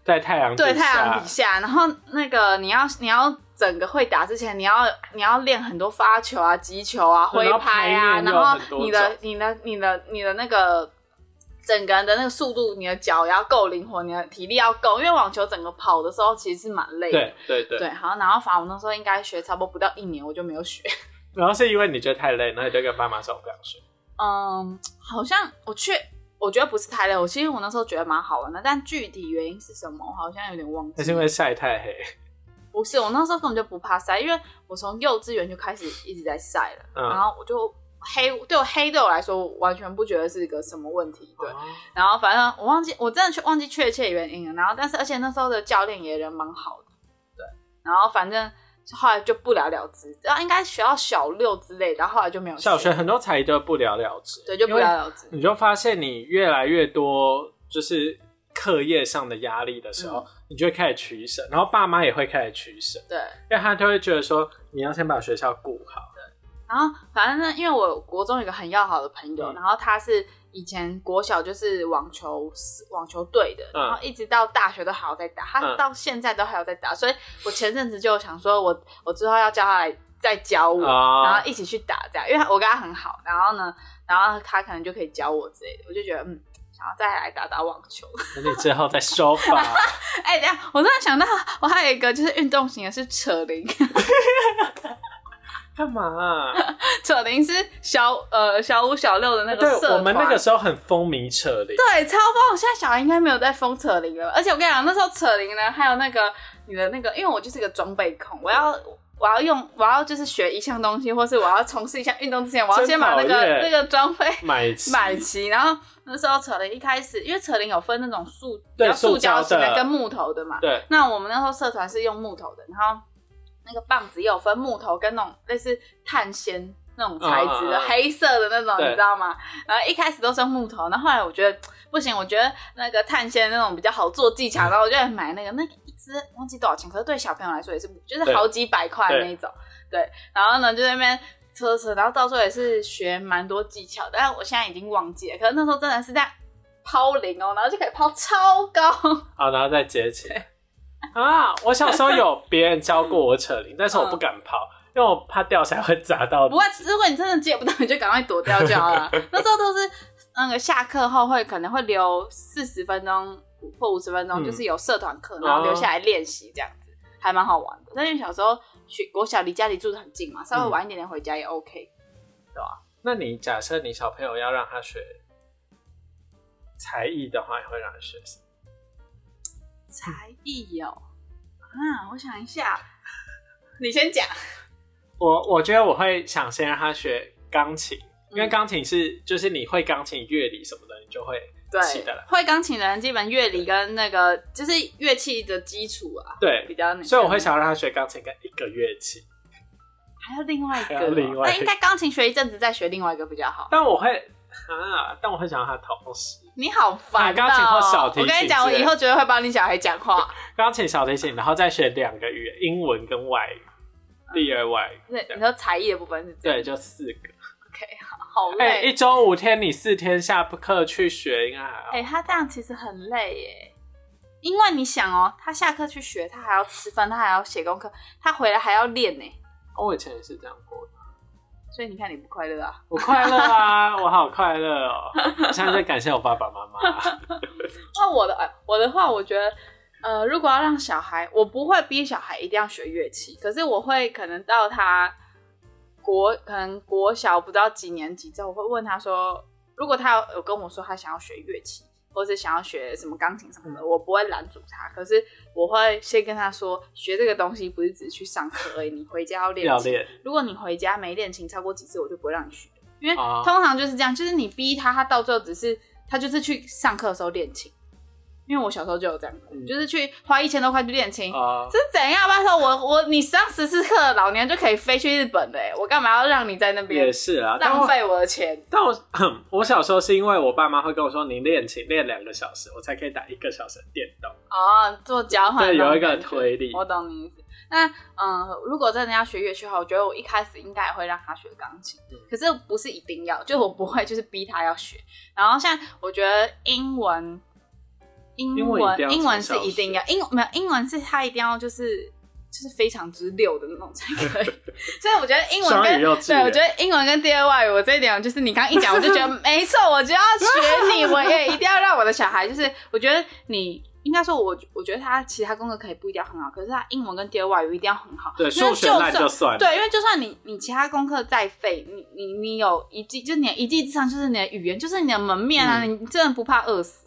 Speaker 1: 在太阳
Speaker 2: 对
Speaker 1: 底
Speaker 2: 太阳
Speaker 1: 下
Speaker 2: 底下，然后那个你要你要整个会打之前，你要你要练很多发球啊、击球啊、
Speaker 1: 对
Speaker 2: 挥拍啊，
Speaker 1: 然
Speaker 2: 然
Speaker 1: 后拍面又有
Speaker 2: 后
Speaker 1: 很多
Speaker 2: 你的你的你的你的那个整个人的那个速度，你的脚也要够灵活，你的体力要够，因为网球整个跑的时候其实是蛮累的。
Speaker 1: 对对对
Speaker 2: 对，好，然后反正我那时候应该学差不多不到一年，我就没有学。
Speaker 1: 然后是因为你觉得太累，然后你就跟爸妈说我不想学，
Speaker 2: 嗯，好像我确我觉得不是太累，我其实我那时候觉得蛮好玩的，但具体原因是什么，我好像有点忘记
Speaker 1: 那
Speaker 2: 了。
Speaker 1: 是因为晒太黑，
Speaker 2: 不是，我那时候根本就不怕晒，因为我从幼稚园就开始一直在晒了，
Speaker 1: 嗯
Speaker 2: 然后我就黑，对我黑对我来说我完全不觉得是一个什么问题，对。
Speaker 1: 哦
Speaker 2: 然后反正我忘记，我真的去忘记确切原因了。然后但是而且那时候的教练也人蛮好的，对。然后反正后来就不了了之，然后应该学到小六之类的，然后后来就没有
Speaker 1: 小学很多才艺都不了了之，
Speaker 2: 对就不
Speaker 1: 因为
Speaker 2: 了了之。
Speaker 1: 你就发现你越来越多就是课业上的压力的时
Speaker 2: 嗯
Speaker 1: 候，你就会开始取舍，然后爸妈也会开始取舍，
Speaker 2: 对，
Speaker 1: 因为他就会觉得说你要先把学校顾好，
Speaker 2: 然后反正呢，因为我国中有一个很要好的朋友，
Speaker 1: 嗯
Speaker 2: 然后他是以前国小就是网球网球队的，
Speaker 1: 嗯
Speaker 2: 然后一直到大学都还有在打，他
Speaker 1: 嗯
Speaker 2: 到现在都还有在打，所以我前阵子就想说我我之后要叫他来再教我，
Speaker 1: 哦
Speaker 2: 嗯然后一起去打这样，因为我跟他很好，然后呢，然后他可能就可以教我之类的，我就觉得嗯。想要再来打打网球，
Speaker 1: 等你之后再收吧。
Speaker 2: 哎、等一下，我突然想到，我还有一个就是运动型的是扯铃，
Speaker 1: 干嘛啊、
Speaker 2: 扯铃是小呃小五小六的那个社
Speaker 1: 对，
Speaker 2: 团，
Speaker 1: 我们那个时候很风靡扯铃，
Speaker 2: 对，超棒！我现在小孩应该没有在封扯铃了，而且我跟你讲，那时候扯铃呢，还有那个你的那个，因为我就是一个装备控，我要我要用，我要就是学一项东西，或是我要从事一项运动之前，我要
Speaker 1: 真
Speaker 2: 先把那
Speaker 1: 讨
Speaker 2: 个
Speaker 1: 厌
Speaker 2: 那个装备
Speaker 1: 买齐
Speaker 2: 买齐。然后那时候扯铃一开始，因为扯铃有分那种塑比
Speaker 1: 对
Speaker 2: 较塑
Speaker 1: 塑胶
Speaker 2: 胶型的
Speaker 1: 的
Speaker 2: 跟木头的嘛，
Speaker 1: 对
Speaker 2: 那我们那时候社团是用木头的，然后那个棒子也有分木头跟那种类似碳纤那种材质的、
Speaker 1: 嗯嗯嗯
Speaker 2: 黑色的那种，
Speaker 1: 对
Speaker 2: 你知道吗？然后一开始都是用木头，然后后来我觉得不行，我觉得那个碳纤那种比较好做 技巧，然后我就买那个那一只忘记多少钱，可是对小朋友来说也是就是
Speaker 1: 对
Speaker 2: 好几百块那一种，对。然后呢，就在那边。车车，然后到时候也是学蛮多技巧，但是我现在已经忘记了。可是那时候真的是这样抛零哦，然后就可以抛超高，
Speaker 1: 好，然后再接起来。啊，我小时候有别人教过我扯铃，但是我不敢抛，因为我怕掉下来会砸到。
Speaker 2: 嗯不过如果你真的接不到，你就赶快躲 掉就好了。那时候都是那个下课后会可能会留四十分钟、谱或五十分钟，
Speaker 1: 嗯哦
Speaker 2: 就是有社团课，然后留下来练习这样子，还蛮好玩的。但因为小时候去国小离家里住的很近嘛，
Speaker 1: 嗯
Speaker 2: 稍微晚一点点回家也 OK。
Speaker 1: 那你假设你小朋友要让他学才艺的话，你会让他学什么？
Speaker 2: 才艺哦，啊，我想一下，你先讲。
Speaker 1: 我我觉得我会想先让他学钢琴，因为钢琴是就是你会钢琴乐理什么的，你就会起得
Speaker 2: 对
Speaker 1: 来，
Speaker 2: 会钢琴的人基本乐理跟那个就是乐器的基础啊，
Speaker 1: 对。
Speaker 2: 比较那个。
Speaker 1: 所以我会想让他学钢琴跟一个乐器，
Speaker 2: 还有另外一
Speaker 1: 还
Speaker 2: 个
Speaker 1: 有
Speaker 2: 哦，
Speaker 1: 另外一
Speaker 2: 那应
Speaker 1: 个
Speaker 2: 该钢琴学一阵子再学另外一个比较好。
Speaker 1: 但我会啊，但我会想让他同时
Speaker 2: 你好烦、
Speaker 1: 啊
Speaker 2: 哦！
Speaker 1: 钢琴或小提
Speaker 2: 我跟你
Speaker 1: 琴
Speaker 2: 讲，我
Speaker 1: 之类
Speaker 2: 以后绝对会帮你小孩 讲话。
Speaker 1: 钢琴、小提琴，然后再学两个语言，英文跟外语，第二外语，
Speaker 2: 对，你说才艺的部分是这样
Speaker 1: 对，就四个。
Speaker 2: 好累。
Speaker 1: 哎、一周五天，你四天下课去学，应该还好。
Speaker 2: 哎、他这样其实很累耶，因为你想哦，他下课去学，他还要吃饭，他还要写功课，他回来还要练呢。
Speaker 1: 哦我以前也是这样过的，
Speaker 2: 所以你看，你不快乐啊？
Speaker 1: 我快乐啊，我好快乐 哦！我现在在感谢我爸爸妈妈。
Speaker 2: 那我的，呃我的话，我觉得，呃，如果要让小孩，我不会逼小孩一定要学乐器，可是我会可能到他国，可能国小不知道几年级之后，我会问他说，如果他有有跟我说他想要学乐器，或是想要学什么钢琴什么的，我不会拦阻他，可是我会先跟他说，学这个东西不是只是去上课而已，你回家要练
Speaker 1: 要
Speaker 2: 琴
Speaker 1: 练，
Speaker 2: 如果你回家没练琴超过几次，我就不会让你学，因为
Speaker 1: 哦
Speaker 2: 通常就是这样，就是你逼他，他到最后只是他就是去上课的时候练琴。因为我小时候就有这样过，
Speaker 1: 嗯
Speaker 2: 就是去花一千多块去练琴，
Speaker 1: 啊、
Speaker 2: 这是怎样？拜托我我你上十次课，老娘就可以飞去日本的、欸，我干嘛要让你在那边
Speaker 1: 也是啊，但
Speaker 2: 浪
Speaker 1: 我
Speaker 2: 费我的钱？
Speaker 1: 但我我小时候是因为我爸妈会跟我说，你练琴练两个小时，我才可以打一个小时的电动。
Speaker 2: 哦，做交换
Speaker 1: 对
Speaker 2: 那种
Speaker 1: 有一个
Speaker 2: 感觉
Speaker 1: 推力
Speaker 2: 我懂你意思。那嗯、呃如果真的要学乐器的话，我觉得我一开始应该也会让他学钢琴，
Speaker 1: 嗯
Speaker 2: 可是不是一定要，就我不会就是逼他要学。然后像我觉得英文，英
Speaker 1: 英文一
Speaker 2: 文
Speaker 1: 定要
Speaker 2: 英
Speaker 1: 从
Speaker 2: 文是
Speaker 1: 小
Speaker 2: 一定要，英没有英文是他一定要就是。就是非常之溜的那种才 可以，所以我觉得英文
Speaker 1: 双
Speaker 2: 跟
Speaker 1: 语幼稚
Speaker 2: 对
Speaker 1: 园
Speaker 2: 我觉得英文跟第二外语，我这一点就是你刚一讲，我就觉得没错，我就要学你，我也一定要让我的小孩，就是我觉得你应该说我，我觉得他其他功课可以不一定要很好，可是他英文跟第二外语一定要很好，
Speaker 1: 对，
Speaker 2: 因为
Speaker 1: 数学烂就
Speaker 2: 算
Speaker 1: 算了。
Speaker 2: 对，因为就算你你其他功课再废，你你你有一技，就是你的一技之长就是你的语言，就是你的门面啊，
Speaker 1: 嗯
Speaker 2: 你真的不怕饿死。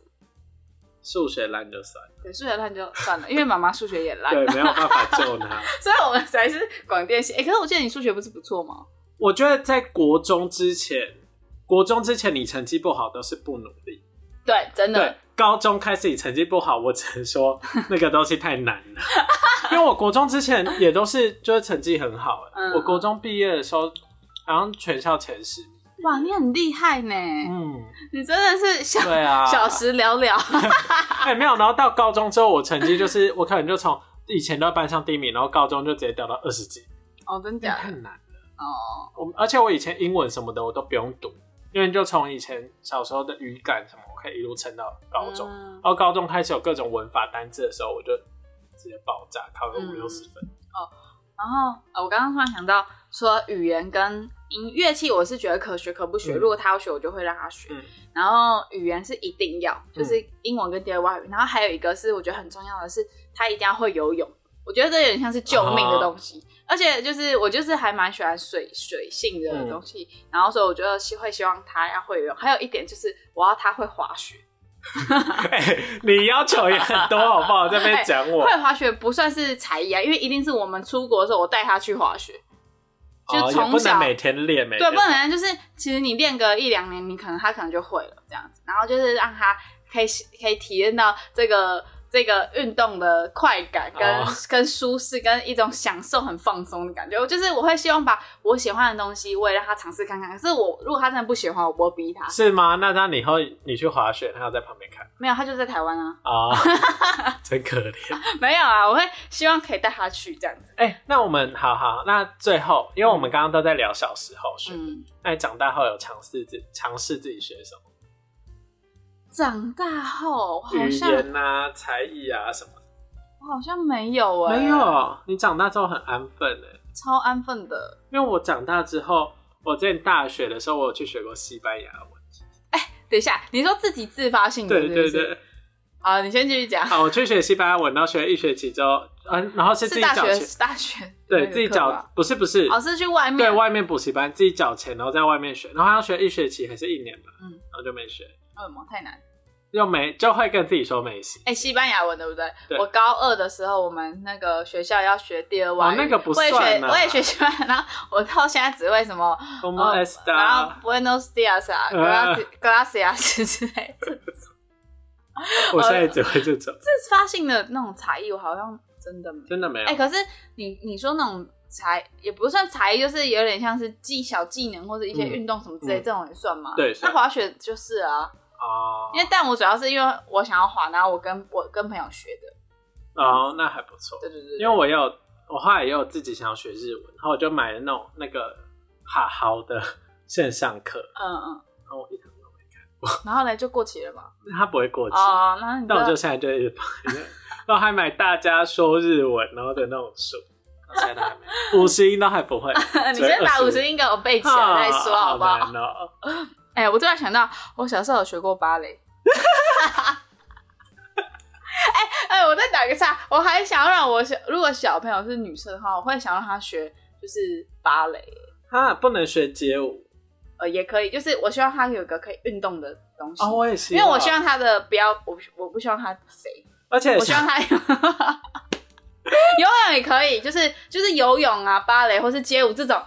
Speaker 1: 数学烂就算了，
Speaker 2: 对，数学烂就算了，因为妈妈数学也烂，
Speaker 1: 对，没有办法救他。
Speaker 2: 所以我们才是广电系。哎、可是我记得你数学不是不错吗？
Speaker 1: 我觉得在国中之前，国中之前你成绩不好都是不努力。
Speaker 2: 对，真
Speaker 1: 对
Speaker 2: 的，，
Speaker 1: 高中开始你成绩不好，我只能 说那个东西太难了。因为我国中之前也都是就是成绩很好、欸，
Speaker 2: 嗯
Speaker 1: 我国中毕业的时候好像全校前十名。
Speaker 2: 哇，你很厉害呢，
Speaker 1: 嗯，
Speaker 2: 你真的是小、
Speaker 1: 对 啊，
Speaker 2: 小时了了。
Speaker 1: 哎、没有，然后到高中之后，我成绩就是我可能就从以前都班上第一名，然后高中就直接掉到二十几，
Speaker 2: 哦，真假
Speaker 1: 太
Speaker 2: 的？
Speaker 1: 难了。
Speaker 2: 哦。
Speaker 1: 我而且我以前英文什么的我都不用读，因为就从以前小时候的语感什么，我可以一路撑到高中。
Speaker 2: 嗯
Speaker 1: 然后高中开始有各种文法单字的时候，我就直接爆炸，考个五
Speaker 2: 嗯
Speaker 1: 六十分。
Speaker 2: 然后呃，我刚刚突然想到，说语言跟音乐器，我是觉得可学可不学。
Speaker 1: 嗯
Speaker 2: 如果他要学，我就会让他学。
Speaker 1: 嗯
Speaker 2: 然后语言是一定要，就是英文跟第二外语。然后还有一个是我觉得很重要的是，他一定要会游泳。我觉得这有点像是救命的东
Speaker 1: 啊
Speaker 2: 西，而且就是我就是还蛮喜欢水水性的
Speaker 1: 嗯
Speaker 2: 东西，然后所以我觉得希会希望他要会游泳。还有一点就是我要他会滑雪，嗯
Speaker 1: 哎你要求也很多，好不好？这边讲我，哦
Speaker 2: 会滑雪不算是才艺啊，因为一定是我们出国的时候我带他去滑雪，就
Speaker 1: 哦
Speaker 2: 从
Speaker 1: 也不
Speaker 2: 小
Speaker 1: 能每天练，每
Speaker 2: 对，
Speaker 1: 天
Speaker 2: 不然就是其实你练个一两年，你可能他可能就会了这样子，然后就是让他可以可以体验到这个这个运动的快感跟、
Speaker 1: 哦
Speaker 2: 跟舒适跟一种享受很放松的感觉。我就是我会希望把我喜欢的东西，我也让他尝试看看。可是我如果他真的不喜欢，我不会逼他，
Speaker 1: 是吗？那那以后你去滑雪，他要在旁边看
Speaker 2: 没有他就在台湾啊，
Speaker 1: 啊， 真可怜。
Speaker 2: 没有啊，我会希望可以带他去这样子。
Speaker 1: 哎、那我们好好，那最后，因为我们刚刚都在聊小时候学，
Speaker 2: 嗯，
Speaker 1: 那你长大后有尝试自尝试自己学什么？
Speaker 2: 长大后我好
Speaker 1: 语
Speaker 2: 像
Speaker 1: 言啊、才艺啊什么的？
Speaker 2: 我好像没有哎、
Speaker 1: 没，有，你长大之后很安分哎、
Speaker 2: 超安分的。
Speaker 1: 因为我长大之后，我在大学的时候，我有去学过西班牙文。
Speaker 2: 等一下，你说自己自发性的
Speaker 1: 对
Speaker 2: 嗯是不
Speaker 1: 对啊
Speaker 2: 是
Speaker 1: 对，
Speaker 2: 好，你先继续讲。
Speaker 1: 好，我去学西班牙文，然后学了一学期之后，嗯，然后是自
Speaker 2: 是
Speaker 1: 己
Speaker 2: 大
Speaker 1: 缴
Speaker 2: 学
Speaker 1: 钱，，
Speaker 2: 是大学那
Speaker 1: 对
Speaker 2: 个
Speaker 1: 自己
Speaker 2: 课
Speaker 1: 缴
Speaker 2: 吧，，
Speaker 1: 不是不是，
Speaker 2: 哦，是去外面，
Speaker 1: 对外面补习班自己缴钱，然后在外面学，然后要学一学期还是一年吧，
Speaker 2: 嗯
Speaker 1: 然后就没学，
Speaker 2: 为什么哦太难？
Speaker 1: 又没就会跟自己说没戏。
Speaker 2: 哎、西班牙文对不对？
Speaker 1: 对
Speaker 2: 我高二的时候，我们那个学校要学第二外
Speaker 1: 哦
Speaker 2: 语，，
Speaker 1: 那个不
Speaker 2: 我也
Speaker 1: 算
Speaker 2: 学，
Speaker 1: 啊
Speaker 2: 我也学西班牙，然后我到现在只会什么，
Speaker 1: ，como
Speaker 2: 哦然后
Speaker 1: está？
Speaker 2: Buenos dias 啊
Speaker 1: 呃
Speaker 2: ，graci-，gracias 之类的，
Speaker 1: 我现在只会这种，
Speaker 2: 呃这发性的那种才艺，我好像真的没。
Speaker 1: 真的没有
Speaker 2: 哎、。可是你你说那种才也不算才艺，就是有点像是技小技能或者一些
Speaker 1: 嗯
Speaker 2: 运动什么之类，
Speaker 1: 嗯
Speaker 2: 这种也算吗？
Speaker 1: 对
Speaker 2: 那
Speaker 1: 算
Speaker 2: 滑雪就是啊，
Speaker 1: 哦
Speaker 2: 因为但我主要是因为我想要滑，然后我跟我跟朋友学的，嗯
Speaker 1: 哦，那还不错。
Speaker 2: 对对对对，
Speaker 1: 因为我也有，我后来也有自己想要学日文，然后我就买了那种那个哈豪的线上课，
Speaker 2: 嗯嗯，
Speaker 1: 然后我一堂都没看，
Speaker 2: 然后呢就过期了嘛。
Speaker 1: 它不会过期，
Speaker 2: 哦，那你
Speaker 1: 但我就
Speaker 2: 就，
Speaker 1: 现在就一直放着，然后还买大家说日文然后的那种书，到现在都还没有，五十音都还不会
Speaker 2: 你先把五十
Speaker 1: 音
Speaker 2: 音给我背 起来再说好不好？
Speaker 1: 啊哦、
Speaker 2: 哎、我突然想到，我小时候有学过芭蕾。哎哎，我再打个岔，我还想要让我小，如果小朋友是女生的话，我会想让她学就是芭蕾，
Speaker 1: 哈，不能学街舞
Speaker 2: 呃，也可以，就是我希望她有个可以运动的东西。
Speaker 1: 哦，我也希
Speaker 2: 因
Speaker 1: 望，
Speaker 2: 为我希，望她的不要，我不我不希望她 肥，
Speaker 1: 而且
Speaker 2: 我希望她游泳也可以，就是就是游泳啊、芭蕾或是街舞这种，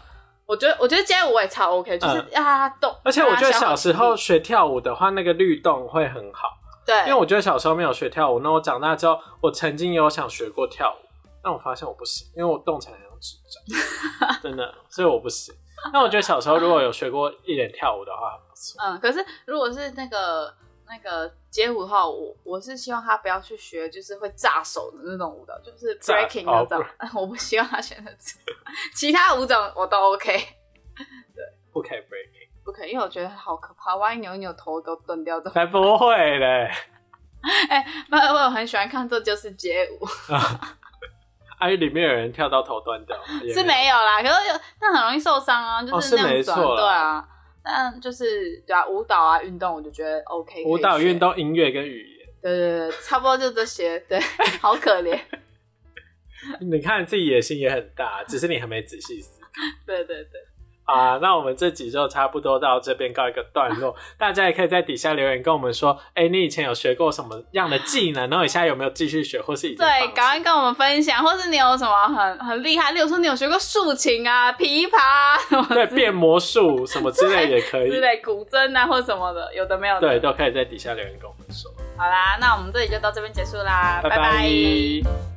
Speaker 2: 我觉得我觉得街舞我也超 OK，就是
Speaker 1: 嗯
Speaker 2: 让她动。
Speaker 1: 而且我觉得
Speaker 2: 让她消
Speaker 1: 小时候
Speaker 2: 耗体力
Speaker 1: 学跳舞的话，那个律动会很好。
Speaker 2: 对，
Speaker 1: 因为我觉得小时候没有学跳舞，那我长大之后，我曾经有想学过跳舞，但我发现我不行，因为我动起来很像智障， 真的，所以我不行。那我觉得小时候如果有学过一点跳舞的话，很不错。
Speaker 2: 嗯，可是如果是那个那个街舞的话，我我是希望他不要去学，就是会炸手的那种舞蹈，就是
Speaker 1: 炸
Speaker 2: breaking 那
Speaker 1: 哦
Speaker 2: 种。 我不希望他选择这个，其他舞种我都 OK，
Speaker 1: 不可以 breaking，
Speaker 2: 不可以，因为我觉得好可怕，万一扭一扭头都断掉怎么？
Speaker 1: 才不会嘞！
Speaker 2: 不，我很喜欢看这就是街舞，
Speaker 1: 啊，里面有人跳到头断掉，也
Speaker 2: 是没有啦，可是有那很容易受伤啊，就
Speaker 1: 哦是
Speaker 2: 那样
Speaker 1: 没
Speaker 2: 转，
Speaker 1: 错啦
Speaker 2: 对啊。但就是对啊，舞蹈啊，运动我就觉得 OK 可以
Speaker 1: 舞蹈、
Speaker 2: 学
Speaker 1: 运，动、音乐跟语言，
Speaker 2: 对对对，差不多就这些，对， 好可怜。
Speaker 1: 你看自己野心也很大，只是你还没仔细思
Speaker 2: 对对对，
Speaker 1: 啊，那我们这集就差不多到这边告一个段 落。大家也可以在底下留言跟我们说，哎、你以前有学过什么样的技能？然后你现在有没有继续学，或是已经
Speaker 2: 对，赶
Speaker 1: 放
Speaker 2: 快
Speaker 1: 弃？
Speaker 2: 跟我们分享，或是你有什么很很厉害，例如说你有学过竖琴啊、琵琶、啊、什么
Speaker 1: 对，变魔术什么之类也 可以，
Speaker 2: 之类、古筝啊或什么的，有的没有的。
Speaker 1: 对，都可以在底下留言跟我们说。
Speaker 2: 好啦，那我们这里就到这边结束啦，拜
Speaker 1: 拜
Speaker 2: 拜
Speaker 1: 拜